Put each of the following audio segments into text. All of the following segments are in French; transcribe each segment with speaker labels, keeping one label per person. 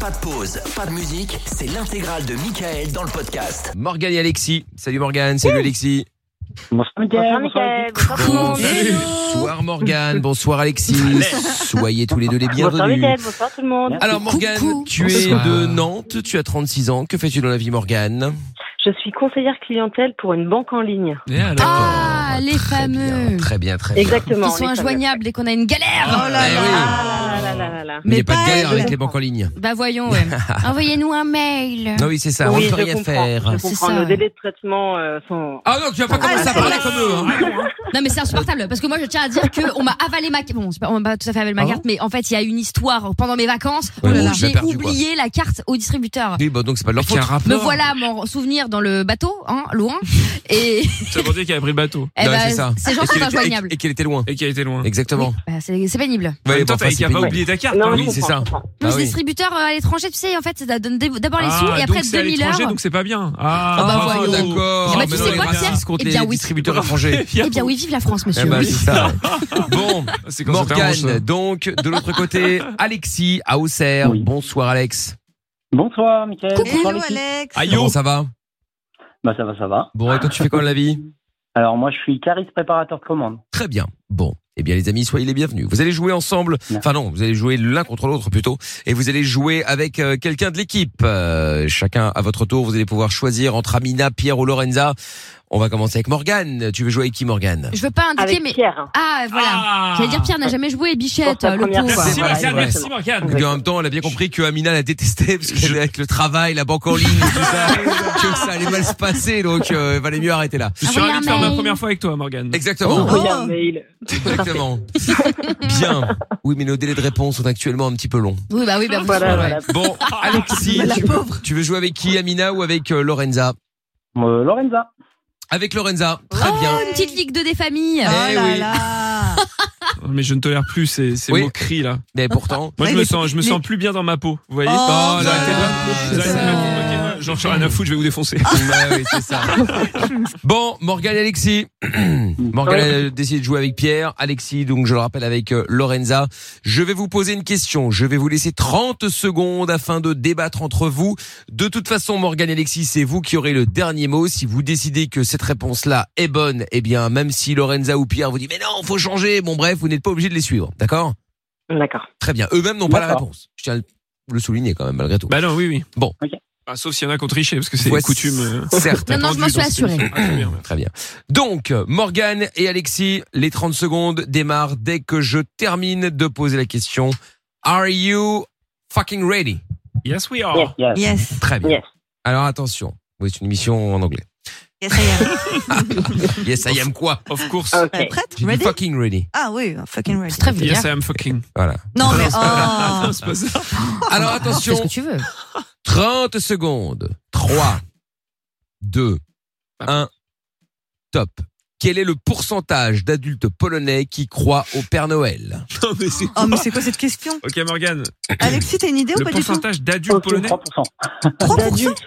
Speaker 1: Pas de pause, pas de musique, c'est l'intégrale de Michael dans le podcast.
Speaker 2: Morgane et Alexis. Salut Morgane, salut Alexis.
Speaker 3: Bonjour, Mickaël. Bonsoir tout le monde.
Speaker 2: Bonsoir Morgane, bonsoir Alexis. Soyez tous les deux les
Speaker 3: Bonsoir
Speaker 2: bienvenus.
Speaker 3: Mickaël, bonsoir tout le monde.
Speaker 2: Alors Morgane, tu es
Speaker 4: Bonsoir.
Speaker 2: de Nantes, tu as 36 ans. Que fais-tu dans la vie Morgane
Speaker 3: Je suis conseillère clientèle pour une banque en ligne.
Speaker 4: Et alors
Speaker 2: Oh,
Speaker 5: Ah, les
Speaker 2: très bien,
Speaker 5: fameux
Speaker 2: Très bien, très bien.
Speaker 3: Exactement.
Speaker 5: qui sont
Speaker 3: les fameux.
Speaker 5: injoignables dès qu'on a une galère.
Speaker 2: Eh oui.
Speaker 3: Ah là là là là.
Speaker 2: Mais il n'y a
Speaker 5: Mais
Speaker 2: pas de
Speaker 5: pas
Speaker 2: galère
Speaker 5: elle.
Speaker 2: avec les banques en ligne.
Speaker 5: Bah voyons, ouais. Envoyez-nous un mail.
Speaker 2: Non, oui, c'est ça, on
Speaker 3: oui,
Speaker 2: ne peut
Speaker 3: je
Speaker 2: rien
Speaker 3: comprends,
Speaker 2: faire.
Speaker 3: Je
Speaker 5: C'est
Speaker 3: comprends,
Speaker 5: ça,
Speaker 3: nos
Speaker 5: ouais.
Speaker 3: délais de traitement euh, sont...
Speaker 4: Ah non, tu vas pas commencer à parler comme eux. hein.
Speaker 5: Non mais c'est insupportable parce que moi je tiens à dire que on m'a avalé ma bon c'est pas- on m'a pas tout à fait avalé ma
Speaker 2: Ah
Speaker 5: carte mais en fait il y a une histoire pendant mes vacances
Speaker 2: Ouais,
Speaker 5: où
Speaker 2: bon, tu l'as
Speaker 5: j'ai
Speaker 2: perdu,
Speaker 5: oublié la carte au distributeur.
Speaker 2: Oui, bon, donc c'est pas de leur
Speaker 4: Qui a un
Speaker 2: faute.
Speaker 4: rapport.
Speaker 5: Me voilà à m'en souvenir dans le bateau hein loin et
Speaker 4: Ça veut dire qu'il a pris le bateau
Speaker 5: eh
Speaker 2: Non,
Speaker 5: ben,
Speaker 2: c'est ça.
Speaker 5: ces gens
Speaker 2: Et
Speaker 5: sont
Speaker 2: qu'elle était-
Speaker 5: injoignables.
Speaker 2: Et et qu'elle était loin.
Speaker 4: et qu'il a été loin.
Speaker 2: Exactement.
Speaker 5: Bah, c'est c'est pénible.
Speaker 4: En même temps,
Speaker 2: bon,
Speaker 4: t'as
Speaker 2: enfin, c'est
Speaker 4: t'as pas
Speaker 2: pénible.
Speaker 4: oublié ta carte.
Speaker 3: Non,
Speaker 4: hein.
Speaker 3: je
Speaker 2: oui, c'est
Speaker 3: comprends,
Speaker 2: ça.
Speaker 3: je comprends.
Speaker 5: Plus
Speaker 2: Ah oui.
Speaker 5: distributeur euh, à l'étranger, tu sais, en fait, ça donne dé- d'abord les sous
Speaker 4: Ah,
Speaker 5: et
Speaker 4: donc
Speaker 5: après
Speaker 4: c'est à
Speaker 5: 2000
Speaker 4: l'étranger,
Speaker 5: heures.
Speaker 4: donc c'est pas bien.
Speaker 5: Ah bah
Speaker 4: bravo.
Speaker 5: voyons.
Speaker 2: d'accord.
Speaker 5: Eh ben,
Speaker 2: Ah Mais
Speaker 5: tu
Speaker 2: non,
Speaker 5: sais
Speaker 2: les
Speaker 5: quoi,
Speaker 2: racistes
Speaker 5: Pierre
Speaker 2: contre
Speaker 5: Eh
Speaker 2: les
Speaker 4: ben,
Speaker 5: bien, oui.
Speaker 2: distributeurs étrangers.
Speaker 5: Eh bien oui, vive la France, monsieur.
Speaker 2: Eh ben,
Speaker 5: Oui.
Speaker 2: c'est ça. Bon,
Speaker 4: C'est quand ça t'arrange,
Speaker 2: Morgane,
Speaker 4: ça.
Speaker 2: donc, de l'autre côté, Alexis à Auxerre.
Speaker 6: Oui.
Speaker 2: Bonsoir, Alexis.
Speaker 6: Bonsoir, Mickaël.
Speaker 5: Coucou.
Speaker 6: Bonsoir,
Speaker 7: Hello
Speaker 6: l'équipe.
Speaker 7: Alex.
Speaker 4: Aïe, oh.
Speaker 2: Comment
Speaker 4: yo.
Speaker 2: ça va
Speaker 6: Bah, ça va, ça va.
Speaker 2: Bon, et toi, tu fais quoi de la vie
Speaker 6: Alors, moi, je suis cariste préparateur de commande.
Speaker 2: Très bien. Bon. Eh bien, les amis, soyez les bienvenus. Vous allez jouer ensemble.
Speaker 6: Non.
Speaker 2: Enfin, non, vous allez jouer l'un contre l'autre plutôt. Et vous allez jouer avec euh, quelqu'un de l'équipe. Euh, chacun à votre tour, vous allez pouvoir choisir entre Amina, Pierre ou Lorenza. On va commencer avec Morgane. Tu veux jouer avec qui, Morgane
Speaker 5: Je veux pas indiquer,
Speaker 3: Avec
Speaker 5: mais
Speaker 3: Pierre. hein.
Speaker 5: ah voilà.
Speaker 4: Ah.
Speaker 5: J'allais dire Pierre n'a jamais joué et
Speaker 3: Pour
Speaker 5: Bichette,
Speaker 3: sa
Speaker 5: euh, le
Speaker 3: première
Speaker 5: pauvre.
Speaker 3: fois.
Speaker 4: Merci
Speaker 2: Voilà,
Speaker 4: Morgane,
Speaker 2: c'est vrai.
Speaker 4: merci Morgane.
Speaker 2: Et puis en même temps, elle a bien compris que Amina la détestait parce qu'elle avec le travail, la banque en ligne, tout ça, que ça allait mal se passer. Donc, euh, valait mieux arrêter là.
Speaker 5: Ah,
Speaker 4: Je suis ravi de faire ma
Speaker 5: Envoyer un
Speaker 4: première fois avec toi, Morgane.
Speaker 2: Exactement.
Speaker 3: Envoyez un mail.
Speaker 2: Exactement. Bien. Oui, mais nos délais de réponse sont actuellement un petit peu longs.
Speaker 5: Oui bah oui bah
Speaker 3: Voilà, voilà.
Speaker 2: Bon, Alexis,
Speaker 5: La
Speaker 2: tu, tu veux jouer avec qui, Amina ou avec euh, Lorenza
Speaker 6: Euh, Lorenza.
Speaker 2: Avec Lorenza. Très
Speaker 5: Oh,
Speaker 2: bien.
Speaker 5: une petite ligue de des familles.
Speaker 7: Oh
Speaker 2: Eh
Speaker 7: là
Speaker 2: oui.
Speaker 7: là.
Speaker 4: Mais je ne tolère plus ces, ces
Speaker 2: Oui.
Speaker 4: moqueries là.
Speaker 2: Mais pourtant,
Speaker 4: Moi, je
Speaker 7: Ouais,
Speaker 4: me
Speaker 7: mais-
Speaker 4: sens, je me
Speaker 7: mais-
Speaker 4: sens plus bien dans ma peau. Vous voyez.
Speaker 7: Oh,
Speaker 4: Ah,
Speaker 7: voilà.
Speaker 4: arrêtez de-
Speaker 2: C'est
Speaker 4: arrêtez de
Speaker 2: ça.
Speaker 4: me moquer. J'en ferai un à foutre, je vais vous défoncer.
Speaker 2: Ouais, oui, c'est ça. Bon, Morgane et Alexis. Morgane a décidé de jouer avec Pierre. Alexis, donc je le rappelle, avec euh, Lorenza. Je vais vous poser une question. Je vais vous laisser 30 secondes afin de débattre entre vous. De toute façon, Morgane et Alexis, c'est vous qui aurez le dernier mot. Si vous décidez que cette réponse-là est bonne, eh bien, même si Lorenza ou Pierre vous dit, mais non, faut changer. Bon, bref, vous n'êtes pas obligé de les suivre. D'accord?
Speaker 3: D'accord.
Speaker 2: Très bien. Eux-mêmes n'ont pas la
Speaker 6: D'accord.
Speaker 2: réponse. Je tiens à le souligner quand même, malgré tout.
Speaker 4: Bah non, oui, oui.
Speaker 2: Bon.
Speaker 6: Ok.
Speaker 4: Ah, sauf s'il y en a qui ont triché, parce que c'est une
Speaker 2: Voici-
Speaker 4: coutume. euh,
Speaker 2: Certes.
Speaker 5: Non, non, je m'en
Speaker 4: tendue dans
Speaker 5: suis
Speaker 4: cette
Speaker 5: assuré.
Speaker 4: émission. Ah, très bien, merci.
Speaker 2: Très bien. Donc, Morgane et Alexis, les 30 secondes démarrent dès que je termine de poser la question. Are you fucking ready?
Speaker 4: Yes, we
Speaker 3: Yes,
Speaker 4: are.
Speaker 6: Yes.
Speaker 7: Yes.
Speaker 2: Très bien.
Speaker 3: yes.
Speaker 2: Alors, attention. Oui, c'est une émission en anglais.
Speaker 7: Yes, I am.
Speaker 2: Yes, I am quoi?
Speaker 4: Of course.
Speaker 7: Euh,
Speaker 3: Ok.
Speaker 7: Prête
Speaker 2: J'ai dit
Speaker 7: Ready
Speaker 2: fucking ready.
Speaker 7: Ah oui, fucking ready.
Speaker 5: C'est très vulgaire.
Speaker 4: Yes, I am fucking.
Speaker 2: Voilà.
Speaker 7: Non mais
Speaker 4: Ah,
Speaker 7: oh.
Speaker 4: c'est pas ça.
Speaker 2: Alors,
Speaker 5: Bah, Fais ce
Speaker 2: attention.
Speaker 5: que tu veux.
Speaker 2: 30 secondes. 3, 2, 1. Top. Quel est le pourcentage d'adultes polonais qui croient au Père Noël?
Speaker 4: Non, mais c'est-
Speaker 7: Oh mais c'est quoi cette question
Speaker 4: Ok, Morgane.
Speaker 7: Alexis, t'as une idée ou
Speaker 4: Le
Speaker 7: pas du tout
Speaker 4: pourcentage d'adultes polonais
Speaker 6: 3%.
Speaker 3: D'adultes.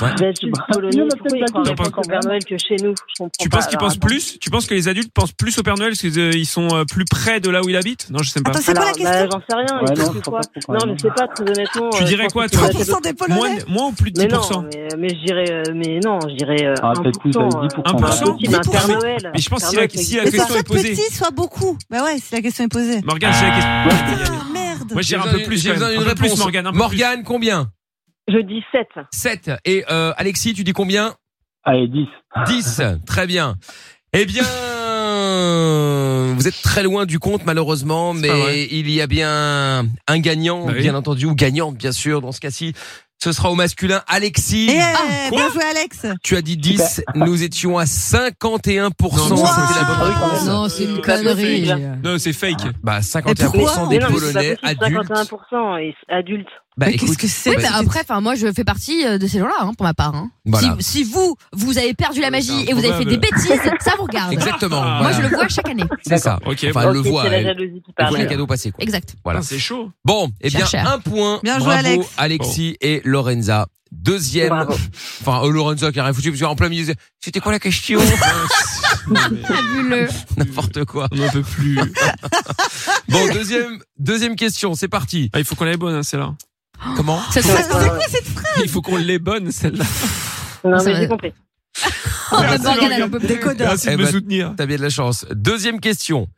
Speaker 2: Ouais.
Speaker 3: D'adultes polonais, pourquoi ils croient
Speaker 4: J'en pense-
Speaker 3: autant au Père Noël que chez nous Je comprends
Speaker 4: Tu
Speaker 3: pas.
Speaker 4: penses qu'ils
Speaker 3: Alors,
Speaker 4: pensent
Speaker 3: attends.
Speaker 4: plus Tu penses que les adultes pensent plus au Père Noël parce qu'ils euh, ils sont euh, plus près de là où il habite Non, je sais pas.
Speaker 7: Attends, c'est quoi la
Speaker 3: Alors, bah,
Speaker 7: question
Speaker 3: J'en sais rien.
Speaker 6: Ouais,
Speaker 3: ils
Speaker 6: non,
Speaker 3: pensent
Speaker 6: je
Speaker 3: quoi
Speaker 6: crois pas, faut quand
Speaker 3: Non,
Speaker 6: même.
Speaker 3: je sais pas, très honnêtement.
Speaker 4: Tu
Speaker 3: euh, je
Speaker 4: dirais
Speaker 3: pense
Speaker 4: quoi,
Speaker 3: que ça
Speaker 4: toi
Speaker 3: va être-
Speaker 7: 3% des
Speaker 4: Moins,
Speaker 7: Polonais
Speaker 4: moins ou plus de
Speaker 3: Mais non,
Speaker 4: 10%
Speaker 3: mais, mais je dirais, euh, mais non, je dirais euh,
Speaker 6: Ah,
Speaker 3: 1%.
Speaker 6: peut-être plus, j'avais dit
Speaker 3: euh,
Speaker 6: 10%,
Speaker 4: 1%,
Speaker 3: petit, mais un
Speaker 7: 10%.
Speaker 3: Père Noël.
Speaker 4: Mais je pense
Speaker 3: Père
Speaker 4: si
Speaker 3: Noël,
Speaker 4: la- si
Speaker 3: ça
Speaker 4: la
Speaker 7: Mais
Speaker 3: existe.
Speaker 4: question
Speaker 7: soit
Speaker 4: est posée.
Speaker 7: petit, soit beaucoup. Bah ouais, si la question est posée.
Speaker 4: Morgane, j'ai la question.
Speaker 7: Ah merde.
Speaker 4: Moi, j'irai un peu plus.
Speaker 2: J'ai
Speaker 4: quand
Speaker 2: besoin
Speaker 4: même.
Speaker 2: d'une
Speaker 4: Un peu plus,
Speaker 2: réponse.
Speaker 4: Morgane, un peu
Speaker 2: Morgane, combien?
Speaker 3: Je dis 7.
Speaker 2: 7. Et euh, Alexis, tu dis combien
Speaker 6: Allez, 10.
Speaker 2: 10. Très bien. Eh bien, vous êtes très loin du compte malheureusement,
Speaker 4: C'est pas vrai.
Speaker 2: mais il y a bien un gagnant,
Speaker 4: Bah oui.
Speaker 2: bien entendu, ou gagnante, bien sûr, dans ce cas-ci. Ce sera au masculin. Alexis,
Speaker 7: Eh,
Speaker 4: ah, quoi
Speaker 7: bien joué Alex.
Speaker 2: tu as dit 10, nous étions à 51%.
Speaker 4: Non, mais ça,
Speaker 2: C'était la bonne
Speaker 6: Wow.
Speaker 2: réponse.
Speaker 5: Non, c'est une
Speaker 3: C'est pas
Speaker 5: connerie.
Speaker 3: possible.
Speaker 4: Non, c'est fake.
Speaker 2: Bah,
Speaker 7: Mais pourquoi
Speaker 2: 51% des
Speaker 3: mais non, mais c'est pas
Speaker 2: Polonais
Speaker 3: possible,
Speaker 2: adultes.
Speaker 3: 51% et adultes.
Speaker 2: Bah,
Speaker 7: Mais
Speaker 2: écoute,
Speaker 7: qu'est-ce que c'est
Speaker 2: Oui,
Speaker 5: Oui,
Speaker 2: bah,
Speaker 5: bah, après, enfin, moi, je fais partie euh, de ces gens-là, hein, pour ma part. Hein.
Speaker 2: Voilà.
Speaker 5: Si, si vous, vous avez perdu la magie et vous avez fait des bêtises, ça vous regarde.
Speaker 2: exactement.
Speaker 4: Moi,
Speaker 5: Moi,
Speaker 2: voilà.
Speaker 5: je le vois chaque année.
Speaker 2: C'est ça.
Speaker 4: Ok,
Speaker 2: Enfin, elle
Speaker 3: Ok,
Speaker 2: le voit.
Speaker 3: C'est la
Speaker 2: Elle,
Speaker 3: jalousie qui
Speaker 2: elle voit
Speaker 3: parle. Euh,
Speaker 2: les cadeaux passer. Quoi.
Speaker 5: Exact.
Speaker 2: Voilà.
Speaker 4: Putain, c'est chaud.
Speaker 2: Bon, eh bien,
Speaker 5: Chercheur.
Speaker 2: un point.
Speaker 7: Bien joué,
Speaker 2: Bravo,
Speaker 7: Alex.
Speaker 2: Alexis et Lorenza. Deuxième.
Speaker 3: Bravo.
Speaker 2: Enfin, euh, Lorenza qui a rien foutu, parce qu'en plein milieu, c'était quoi la question
Speaker 5: Fabuleux.
Speaker 2: N'importe quoi.
Speaker 4: On n'en peut plus.
Speaker 2: Bon, deuxième, deuxième question, c'est parti.
Speaker 4: Ah, il faut qu'on aille bonne, hein, c'est là.
Speaker 2: Comment
Speaker 5: Ça se
Speaker 7: Ah,
Speaker 5: passe
Speaker 7: C'est quoi cette phrase
Speaker 4: Il faut qu'on les bonne celle-là.
Speaker 3: euh,
Speaker 4: Ah,
Speaker 3: Non,
Speaker 5: Ça
Speaker 3: mais
Speaker 5: va.
Speaker 3: j'ai compris.
Speaker 5: Oh, bah, Morgane, elle en peut plus.
Speaker 7: Décodeur.
Speaker 4: Merci de
Speaker 2: Eh
Speaker 4: me
Speaker 2: ben,
Speaker 4: soutenir.
Speaker 2: T'as bien de la chance. Deuxième question.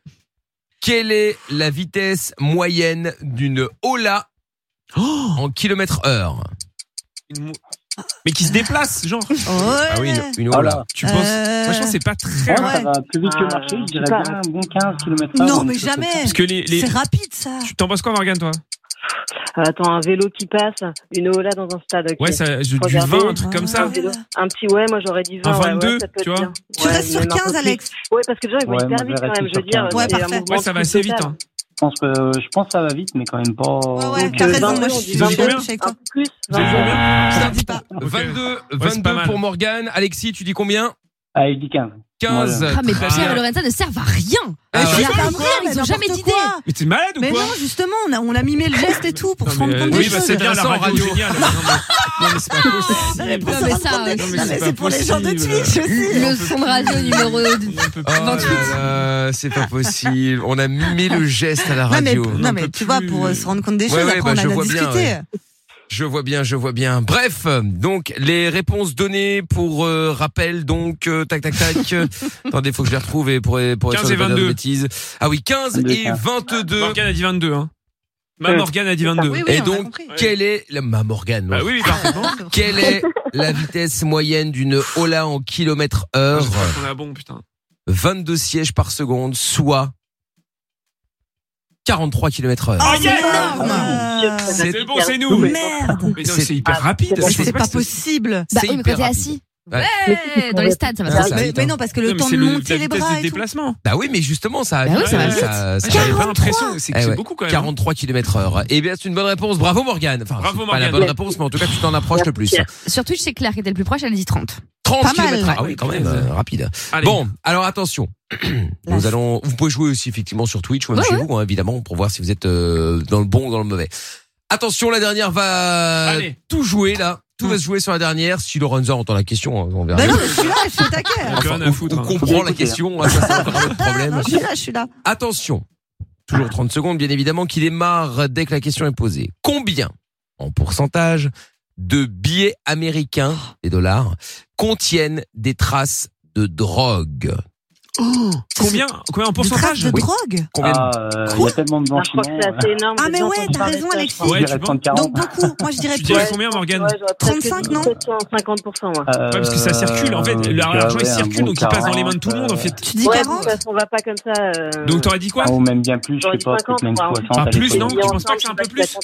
Speaker 2: Quelle est la vitesse moyenne d'une Ola en kilomètres heure
Speaker 4: Mais qui se déplace, genre.
Speaker 7: Oh, ouais.
Speaker 2: Ah oui, une, une
Speaker 6: Oh
Speaker 2: Ola.
Speaker 6: là.
Speaker 4: Tu penses
Speaker 7: Euh,
Speaker 4: Franchement, c'est pas très.
Speaker 6: Ouais,
Speaker 7: Ouais.
Speaker 6: ça va plus vite que le marché,
Speaker 3: Ah,
Speaker 6: je dirais
Speaker 3: je sais
Speaker 6: bien un bon 15 km
Speaker 7: Non, mais jamais.
Speaker 4: Parce que les. les-
Speaker 7: C'est rapide, ça.
Speaker 4: Tu t'en penses quoi, Morgane, toi
Speaker 3: Euh, Attends, un vélo qui passe, une Ola dans un stade. ok.
Speaker 4: Ouais, ça, je- du
Speaker 3: Regardez.
Speaker 4: 20, un truc comme ça.
Speaker 7: Ah.
Speaker 3: Un vélo. Un petit, ouais, moi j'aurais dit 20.
Speaker 4: Un
Speaker 3: ouais, ouais,
Speaker 4: 22,
Speaker 3: ça peut être
Speaker 4: tu vois.
Speaker 3: bien.
Speaker 7: Tu
Speaker 3: Ouais,
Speaker 7: restes sur
Speaker 3: même un peu
Speaker 7: 15,
Speaker 3: plus.
Speaker 7: Alex.
Speaker 3: Ouais, parce que déjà, ils vont
Speaker 6: Ouais, moi,
Speaker 3: hyper
Speaker 6: je
Speaker 3: vite
Speaker 6: verrais
Speaker 3: quand même.
Speaker 6: plus
Speaker 3: Je veux
Speaker 6: sur
Speaker 3: dire,
Speaker 6: 15.
Speaker 3: c'est
Speaker 7: Ouais,
Speaker 3: un
Speaker 7: parfait.
Speaker 3: mouvement
Speaker 4: Ouais, ça va
Speaker 3: plus
Speaker 4: assez vite.
Speaker 3: total.
Speaker 4: hein.
Speaker 6: Je pense que je pense que ça va vite, mais quand même pas.
Speaker 7: Ouais, ouais,
Speaker 3: Donc,
Speaker 7: t'as
Speaker 3: euh,
Speaker 7: raison,
Speaker 3: 22,
Speaker 7: moi je
Speaker 3: on
Speaker 7: suis
Speaker 3: dit
Speaker 4: Ils ont
Speaker 7: je
Speaker 4: dit
Speaker 7: suis
Speaker 4: combien
Speaker 7: d'accord avec
Speaker 3: Un
Speaker 7: toi.
Speaker 3: peu plus,
Speaker 4: Ils ont dit
Speaker 3: 22.
Speaker 4: combien
Speaker 7: Ça ne dit pas.
Speaker 4: Ok.
Speaker 2: 22,
Speaker 4: pas
Speaker 2: 22
Speaker 4: mal.
Speaker 2: pour Morgane. Alexis, tu dis combien
Speaker 6: Allez, dis 15.
Speaker 2: 15.
Speaker 5: Ah, mais
Speaker 4: Ah.
Speaker 5: Pierre et Lorenza ne servent à rien.
Speaker 2: Ah,
Speaker 5: Mais
Speaker 2: ouais.
Speaker 5: à rien, ils ont
Speaker 7: n'importe
Speaker 5: jamais d'idée.
Speaker 7: quoi.
Speaker 4: Mais t'es malade ou
Speaker 7: Mais
Speaker 4: quoi
Speaker 7: non, justement, on a, on a mimé le geste et tout pour se
Speaker 4: Non, mais,
Speaker 7: rendre
Speaker 4: euh,
Speaker 7: compte des
Speaker 2: oui,
Speaker 4: Oui, bah
Speaker 7: choses.
Speaker 4: c'est bien la
Speaker 2: Ça, en
Speaker 4: radio.
Speaker 2: radio.
Speaker 4: géniale. Non, mais, non, mais c'est pas possible.
Speaker 7: mais pour
Speaker 5: Non,
Speaker 7: se
Speaker 5: mais
Speaker 7: rendre
Speaker 5: ça,
Speaker 7: compte
Speaker 5: non,
Speaker 7: des
Speaker 4: mais
Speaker 7: choses. Non,
Speaker 4: c'est
Speaker 7: mais
Speaker 4: pas
Speaker 7: c'est pour les gens de
Speaker 4: possible.
Speaker 7: Twitch aussi.
Speaker 5: Leçon de radio numéro
Speaker 4: On peut
Speaker 7: Ah,
Speaker 4: Euh, pas.
Speaker 2: Oh là là, c'est pas possible. On a mimé le geste à la
Speaker 7: Non, mais,
Speaker 2: radio.
Speaker 7: non,
Speaker 4: n'en
Speaker 7: mais
Speaker 4: peut
Speaker 7: tu vois,
Speaker 4: plus.
Speaker 7: pour euh, se rendre compte des
Speaker 2: Ouais,
Speaker 7: choses,
Speaker 2: ouais,
Speaker 7: après
Speaker 2: bah, je
Speaker 7: on en a
Speaker 2: vois bien,
Speaker 7: discuté.
Speaker 2: ouais. Je vois bien, je vois bien. Bref, donc les réponses données pour euh, rappel, donc euh, tac tac tac. Attendez, faut que je les retrouve et pour, pour
Speaker 4: 15
Speaker 2: être sûr de
Speaker 4: et
Speaker 2: pas dire de
Speaker 4: 22.
Speaker 2: bêtises. Ah oui, 15 et 22.
Speaker 4: Morgane a dit 22. Hein. Ma
Speaker 6: Euh,
Speaker 4: Morgane a dit 22.
Speaker 7: Oui, oui,
Speaker 2: Et
Speaker 7: on a
Speaker 2: donc,
Speaker 7: compris.
Speaker 2: Quelle est la ma Morgane
Speaker 4: Bah
Speaker 2: non.
Speaker 4: oui, oui, parfaitement.
Speaker 2: Quelle est la vitesse moyenne d'une Ola en kilomètre heure
Speaker 4: On a bon, putain.
Speaker 2: 22 sièges par seconde, soit 43 km heure.
Speaker 7: Oh,
Speaker 4: Ah,
Speaker 7: c'est
Speaker 4: yes
Speaker 7: énorme
Speaker 3: Ah,
Speaker 7: Euh,
Speaker 2: C'est-
Speaker 4: C'est bon, c'est nous. Mais
Speaker 7: Merde
Speaker 4: non, mais c'est hyper rapide.
Speaker 7: Mais
Speaker 4: Je pensais
Speaker 7: c'est
Speaker 4: pas
Speaker 7: pas
Speaker 4: que c'était-
Speaker 7: possible
Speaker 5: Bah
Speaker 2: C'est
Speaker 5: oui, mais quand
Speaker 2: hyper
Speaker 5: t'es
Speaker 2: rapide.
Speaker 5: assis.
Speaker 2: Ouais.
Speaker 5: Ouais, dans les stades, ça va.
Speaker 2: Ah,
Speaker 5: Ça
Speaker 2: ça
Speaker 7: mais,
Speaker 2: vite,
Speaker 7: mais
Speaker 2: hein.
Speaker 7: non, parce que
Speaker 4: Non,
Speaker 7: le
Speaker 4: mais
Speaker 7: temps
Speaker 4: c'est
Speaker 7: de
Speaker 4: le-
Speaker 7: monter
Speaker 4: la
Speaker 7: les
Speaker 4: vitesse
Speaker 7: bras
Speaker 4: de
Speaker 7: et tout.
Speaker 4: déplacement.
Speaker 2: Bah oui, mais justement, ça.
Speaker 5: Bah oui, ça va vite.
Speaker 2: ça, ça-
Speaker 4: Ah, J'avais pas l'impression. C'est que
Speaker 2: Eh
Speaker 4: c'est
Speaker 2: ouais.
Speaker 4: beaucoup quand même.
Speaker 2: 43 km heure. Eh bien, c'est une bonne réponse. Bravo, Morgane. Enfin,
Speaker 4: Bravo,
Speaker 2: c'est pas
Speaker 4: Morgane.
Speaker 2: la bonne réponse, mais en tout cas, tu t'en approches le plus.
Speaker 3: Pierre.
Speaker 5: Sur Twitch, c'est Claire qui était le plus proche, elle dit 30.
Speaker 2: 30
Speaker 7: Pas mal.
Speaker 2: km heure. Ah oui,
Speaker 4: Ouais,
Speaker 2: quand même,
Speaker 4: quinze.
Speaker 2: euh, rapide.
Speaker 4: Allez.
Speaker 2: Bon, alors attention. Nous
Speaker 7: Là,
Speaker 2: allons, vous pouvez jouer aussi, effectivement, sur Twitch, ou même
Speaker 5: Ouais,
Speaker 2: chez vous, hein, évidemment, pour voir si vous êtes euh, dans le bon ou dans le mauvais. Attention, la dernière va
Speaker 4: Allez.
Speaker 2: tout jouer, là.
Speaker 5: Hmm.
Speaker 2: Tout va se jouer sur la dernière. Si Lorenzo entend la question, hein, on verra.
Speaker 7: Bah non, mais je suis là, je suis au taquet
Speaker 4: Il y a que rien à
Speaker 2: on,
Speaker 4: foutre,
Speaker 2: on
Speaker 4: hein.
Speaker 5: Bah
Speaker 2: comprend la question, hein, ça c'est encore un autre
Speaker 7: Ah,
Speaker 2: problème.
Speaker 7: non, je suis là, je suis là.
Speaker 2: Attention, toujours 30 secondes bien évidemment, qui démarre dès que la question est posée. Combien, en pourcentage, de billets américains, des dollars, contiennent des traces de drogue
Speaker 4: Combien Combien en
Speaker 7: Des traces
Speaker 4: pourcentage
Speaker 7: de drogue
Speaker 2: Combien de-
Speaker 6: Ah, euh, il y a tellement de
Speaker 3: Non, je crois que
Speaker 6: blanchiment.
Speaker 3: c'est assez énorme.
Speaker 7: Ah,
Speaker 3: j'ai
Speaker 7: mais
Speaker 3: déjà
Speaker 7: ouais,
Speaker 3: entendu
Speaker 7: t'as
Speaker 3: parler
Speaker 7: raison,
Speaker 3: de ça,
Speaker 7: Alexis.
Speaker 3: je crois.
Speaker 6: Je
Speaker 4: Ouais,
Speaker 6: dirais
Speaker 4: tu vois.
Speaker 6: 30 40.
Speaker 7: Donc beaucoup, moi je dirais
Speaker 4: Tu
Speaker 7: plus.
Speaker 4: dirais combien, Morgane
Speaker 3: Ouais, j'aurais presque dit
Speaker 7: 35, non
Speaker 3: 750%, moi.
Speaker 6: Euh,
Speaker 4: Ouais, parce que ça circule en fait.
Speaker 6: je dirais,
Speaker 4: L'argent
Speaker 6: Euh,
Speaker 4: il
Speaker 6: ouais, un
Speaker 4: circule
Speaker 6: bon
Speaker 4: donc il passe dans les mains de tout le
Speaker 6: 40,
Speaker 4: monde en
Speaker 6: euh,
Speaker 4: fait.
Speaker 7: Tu dis
Speaker 3: ouais,
Speaker 7: 40
Speaker 3: parce qu'on va pas comme ça. euh,
Speaker 4: Donc t'aurais dit quoi
Speaker 6: Ah, ou même bien plus, je
Speaker 3: j'aurais
Speaker 6: sais
Speaker 3: dit
Speaker 6: pas, peut-être
Speaker 3: 50,
Speaker 6: même
Speaker 3: moi, hein. en
Speaker 6: 60.
Speaker 4: Enfin,
Speaker 6: à l'époque.
Speaker 4: plus, non
Speaker 3: Et
Speaker 4: Tu
Speaker 3: en
Speaker 4: penses pas que c'est un peu
Speaker 3: je sais
Speaker 4: plus
Speaker 3: pas si t'as-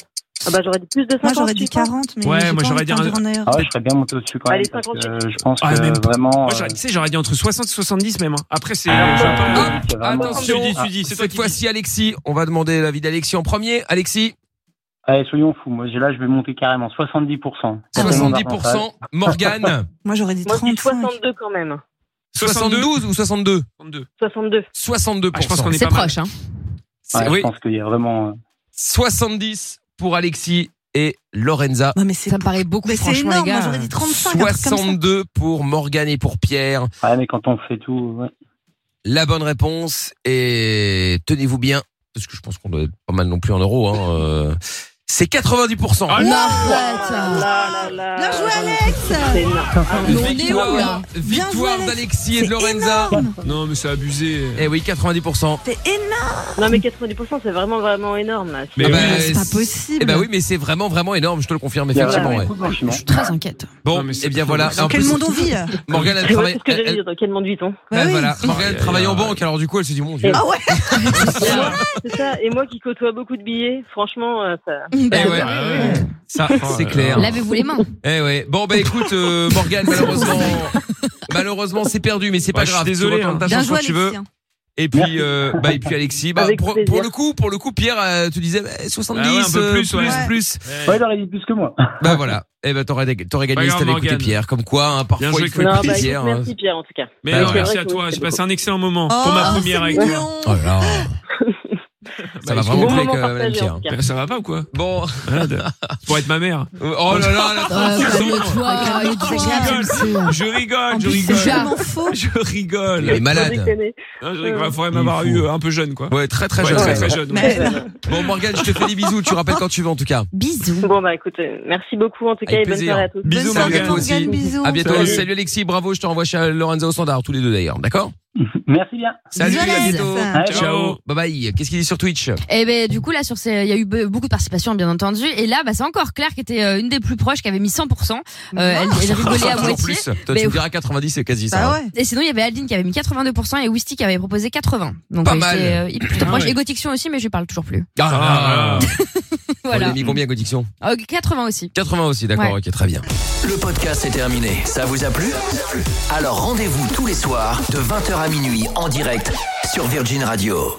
Speaker 3: Ah bah j'aurais dit plus de 50.
Speaker 7: Moi j'aurais dit
Speaker 3: tu penses
Speaker 7: 40, mais.
Speaker 4: Ouais,
Speaker 7: j'ai
Speaker 4: moi,
Speaker 7: pas
Speaker 4: j'aurais
Speaker 7: envie de
Speaker 4: dit un-
Speaker 7: prendre une heure.
Speaker 6: Ah ouais, je serais bien monté au-dessus quand
Speaker 3: Allez,
Speaker 6: même. parce
Speaker 3: 50
Speaker 6: que je pense
Speaker 4: Ah,
Speaker 6: que
Speaker 4: même pas.
Speaker 6: vraiment.
Speaker 4: Moi, j'aurais-
Speaker 6: euh,
Speaker 4: tu sais, j'aurais dit entre 60 et 70 même. hein. Après, c'est.
Speaker 6: Ah,
Speaker 4: je vois pas.
Speaker 6: ouais. ah,
Speaker 2: Hop,
Speaker 6: c'est vraiment-
Speaker 2: attention,
Speaker 4: Tu dis, tu dis, c'est toi
Speaker 2: cette
Speaker 4: qui
Speaker 2: fois-ci Alexis, on va demander l'avis d'Alexis en premier. Alexis,
Speaker 6: Allez, soyons fous. Moi, j'ai- là, je vais monter carrément 70%.
Speaker 7: Ah,
Speaker 6: Tellement
Speaker 2: 70%, Morgane,
Speaker 7: Moi j'aurais dit
Speaker 3: Moi je dis
Speaker 7: 35.
Speaker 3: 62 quand même.
Speaker 2: 72 ou 62
Speaker 4: 62.
Speaker 3: 62.
Speaker 2: 62%.
Speaker 4: Ah, je pense qu'on est
Speaker 5: C'est
Speaker 4: pas mal.
Speaker 5: proche, hein.
Speaker 2: C'est-
Speaker 6: Ouais,
Speaker 2: oui,
Speaker 6: Je pense qu'il y a vraiment. euh,
Speaker 2: 70 pour Alexis et Lorenza.
Speaker 7: Non, mais c'est
Speaker 5: Ça me paraît beaucoup,
Speaker 7: mais c'est
Speaker 5: franchement, les
Speaker 7: énorme, moi
Speaker 5: gars.
Speaker 7: j'aurais dit 35. un truc comme ça.
Speaker 2: 62 pour Morgane et pour Pierre.
Speaker 6: Ouais, mais quand on fait tout. ouais.
Speaker 2: La bonne réponse et tenez-vous bien parce que je pense qu'on doit être pas mal non plus en euros. Hein, euh, c'est 90
Speaker 4: Ah,
Speaker 5: Arrête.
Speaker 7: non.
Speaker 3: Ah, là là là.
Speaker 7: Bien joué, Alex
Speaker 3: C'est énorme.
Speaker 5: Mais on est où, là
Speaker 2: Victoire,
Speaker 7: Bien
Speaker 2: victoire
Speaker 7: joué, Alex.
Speaker 2: d'Alexis et
Speaker 7: C'est
Speaker 2: de Lorenza.
Speaker 7: énorme.
Speaker 4: Non, mais c'est abusé.
Speaker 2: Eh oui, 90
Speaker 7: C'est énorme
Speaker 3: Non mais 90% c'est vraiment vraiment énorme là.
Speaker 4: Mais
Speaker 2: Ah
Speaker 4: oui,
Speaker 2: bah,
Speaker 4: mais
Speaker 7: C'est pas
Speaker 2: c'est-
Speaker 7: possible
Speaker 2: Eh ben oui, mais c'est vraiment vraiment énorme, je te le confirme
Speaker 6: Il y a
Speaker 2: effectivement.
Speaker 6: vraiment
Speaker 2: ouais.
Speaker 6: beaucoup de blanchiment.
Speaker 7: Je suis très inquiète.
Speaker 2: Bon,
Speaker 4: Non, mais c'est
Speaker 2: eh bien
Speaker 4: plutôt-
Speaker 2: voilà.
Speaker 7: Dans
Speaker 2: En
Speaker 7: quel
Speaker 2: plus,
Speaker 7: monde on vit euh
Speaker 2: Morgane elle
Speaker 3: Tu vois,
Speaker 2: travaille.
Speaker 3: c'est ce que
Speaker 2: elle-
Speaker 3: j'allais dire, dans quel monde vit-on
Speaker 7: Bah
Speaker 2: elle-
Speaker 7: oui.
Speaker 2: voilà, Morgane
Speaker 4: Aïe, aïe,
Speaker 2: travaille en
Speaker 4: aïe.
Speaker 2: banque, alors du coup elle se dit mon dieu.
Speaker 7: Ah ouais
Speaker 3: C'est ça, et moi qui côtoie beaucoup de billets, franchement, euh, ça...
Speaker 2: Eh ouais.
Speaker 4: Ah, ouais.
Speaker 2: Ça, c'est
Speaker 4: Oh là
Speaker 2: clair.
Speaker 4: là.
Speaker 5: Bah, Lavez-vous les mains.
Speaker 2: Eh ouais. Bon bah écoute euh, Morgane malheureusement malheureusement c'est perdu mais c'est
Speaker 4: Bah,
Speaker 2: pas
Speaker 4: je suis
Speaker 2: grave.
Speaker 4: désolé,
Speaker 2: tu retournes
Speaker 4: hein.
Speaker 2: ta
Speaker 7: Bien
Speaker 2: chance
Speaker 7: joué,
Speaker 2: quand tu veux.
Speaker 7: Alexis. hein.
Speaker 2: Et
Speaker 6: Merci.
Speaker 2: puis euh, bah et puis Alexis bah
Speaker 3: Avec
Speaker 2: pour,
Speaker 3: plaisir.
Speaker 2: pour le coup pour le coup Pierre euh, te disait bah, 70
Speaker 4: Ah ouais, un peu
Speaker 2: euh,
Speaker 4: plus, ouais.
Speaker 2: plus,
Speaker 7: Ouais.
Speaker 2: plus.
Speaker 6: Ouais, il aurait dit plus que moi.
Speaker 2: Bah voilà. Eh ben t'aurais t'aurais
Speaker 4: Pas
Speaker 2: gagné si
Speaker 4: grave,
Speaker 2: t'avais écouté
Speaker 4: Morgane.
Speaker 2: Pierre comme quoi hein, parfois
Speaker 4: Bien joué,
Speaker 2: il faut
Speaker 4: Claude.
Speaker 2: écouter
Speaker 3: bah, écoute,
Speaker 2: Pierre. hein.
Speaker 3: merci Pierre en tout cas.
Speaker 4: Mais
Speaker 2: Bah,
Speaker 4: alors,
Speaker 2: ouais.
Speaker 4: merci à
Speaker 3: C'est vrai
Speaker 4: toi.
Speaker 3: que-
Speaker 7: hein. ah,
Speaker 4: J'ai passé un excellent moment pour
Speaker 7: Oh,
Speaker 4: ma
Speaker 7: c'est
Speaker 4: première avec toi.
Speaker 7: mignon.
Speaker 2: Oh là là. Ça
Speaker 4: Bah,
Speaker 2: va
Speaker 4: ils sont
Speaker 2: vraiment
Speaker 4: bons
Speaker 2: couler avec
Speaker 3: moments
Speaker 2: euh, Madame
Speaker 3: partagés, en
Speaker 2: Pierre.
Speaker 3: tout cas.
Speaker 4: Bah, Ça va pas ou quoi
Speaker 2: Bon,
Speaker 4: Malade. Pour être ma mère.
Speaker 2: oh là là, la
Speaker 5: Euh,
Speaker 2: transition.
Speaker 4: Je rigole, je
Speaker 5: plus, c'est
Speaker 4: rigole.
Speaker 5: Jacques.
Speaker 7: Tellement faux.
Speaker 4: Je
Speaker 2: Elle est
Speaker 4: rigole.
Speaker 2: malade.
Speaker 3: Déconner.
Speaker 4: Non, je rigole. Faudrait
Speaker 2: Il
Speaker 4: m'avoir
Speaker 2: faut.
Speaker 4: eu euh, un peu jeune, quoi.
Speaker 2: Ouais, très très
Speaker 4: Ouais,
Speaker 2: jeune.
Speaker 4: très,
Speaker 2: ouais.
Speaker 4: très jeune.
Speaker 7: Mais non.
Speaker 2: Bon, Morgane, je te fais des bisous. Tu rappelles quand tu veux, en tout cas.
Speaker 7: Bisous.
Speaker 3: Bon, bah écoute, euh, merci beaucoup en tout cas
Speaker 2: Avec
Speaker 3: et bonne
Speaker 2: plaisir.
Speaker 3: soirée à tous.
Speaker 4: Bisous,
Speaker 7: Bonne soirée,
Speaker 4: Morgane.
Speaker 2: Toi aussi.
Speaker 7: Morgane, bisous.
Speaker 2: À bientôt. Salut.
Speaker 4: Salut.
Speaker 2: Alexis, bravo. Je t'envoie chez Lorenzo au standard, tous les deux d'ailleurs. D'accord
Speaker 6: Merci bien.
Speaker 2: Salut, Euh,
Speaker 7: Bisous,
Speaker 2: à
Speaker 7: Alex.
Speaker 2: bientôt.
Speaker 6: Allez,
Speaker 2: Ciao. Bye bye. Qu'est-ce qu'il dit sur Twitch
Speaker 5: Et ben du coup là sur ces il y a eu be- beaucoup de participation bien entendu et là bah c'est encore Claire qui était euh, une des plus proches qui avait mis 100%. Euh,
Speaker 7: Ah,
Speaker 5: elle, elle rigolait à
Speaker 2: Toujours
Speaker 5: moitié.
Speaker 2: plus. Toi,
Speaker 5: Mais
Speaker 2: tu me
Speaker 5: oui.
Speaker 2: diras 90, c'est quasi ça.
Speaker 7: Bah
Speaker 2: hein.
Speaker 7: ouais.
Speaker 5: Et sinon il y avait Aldine qui avait mis 82% et Wisty qui avait proposé 80. Donc
Speaker 2: Pas
Speaker 5: euh,
Speaker 2: mal.
Speaker 5: c'est, euh, il est plutôt
Speaker 4: Ah
Speaker 5: proche.
Speaker 4: ouais.
Speaker 5: Et Gotixion aussi mais je lui parle toujours plus.
Speaker 2: Ah, ah, ah. On
Speaker 5: Voilà.
Speaker 2: a mis combien, Godiction
Speaker 5: Euh, 80 aussi.
Speaker 2: 80 aussi, d'accord, ok, très bien.
Speaker 1: Le podcast est terminé. Ça vous a plu Alors rendez-vous tous les soirs de 20h à minuit en direct sur Virgin Radio.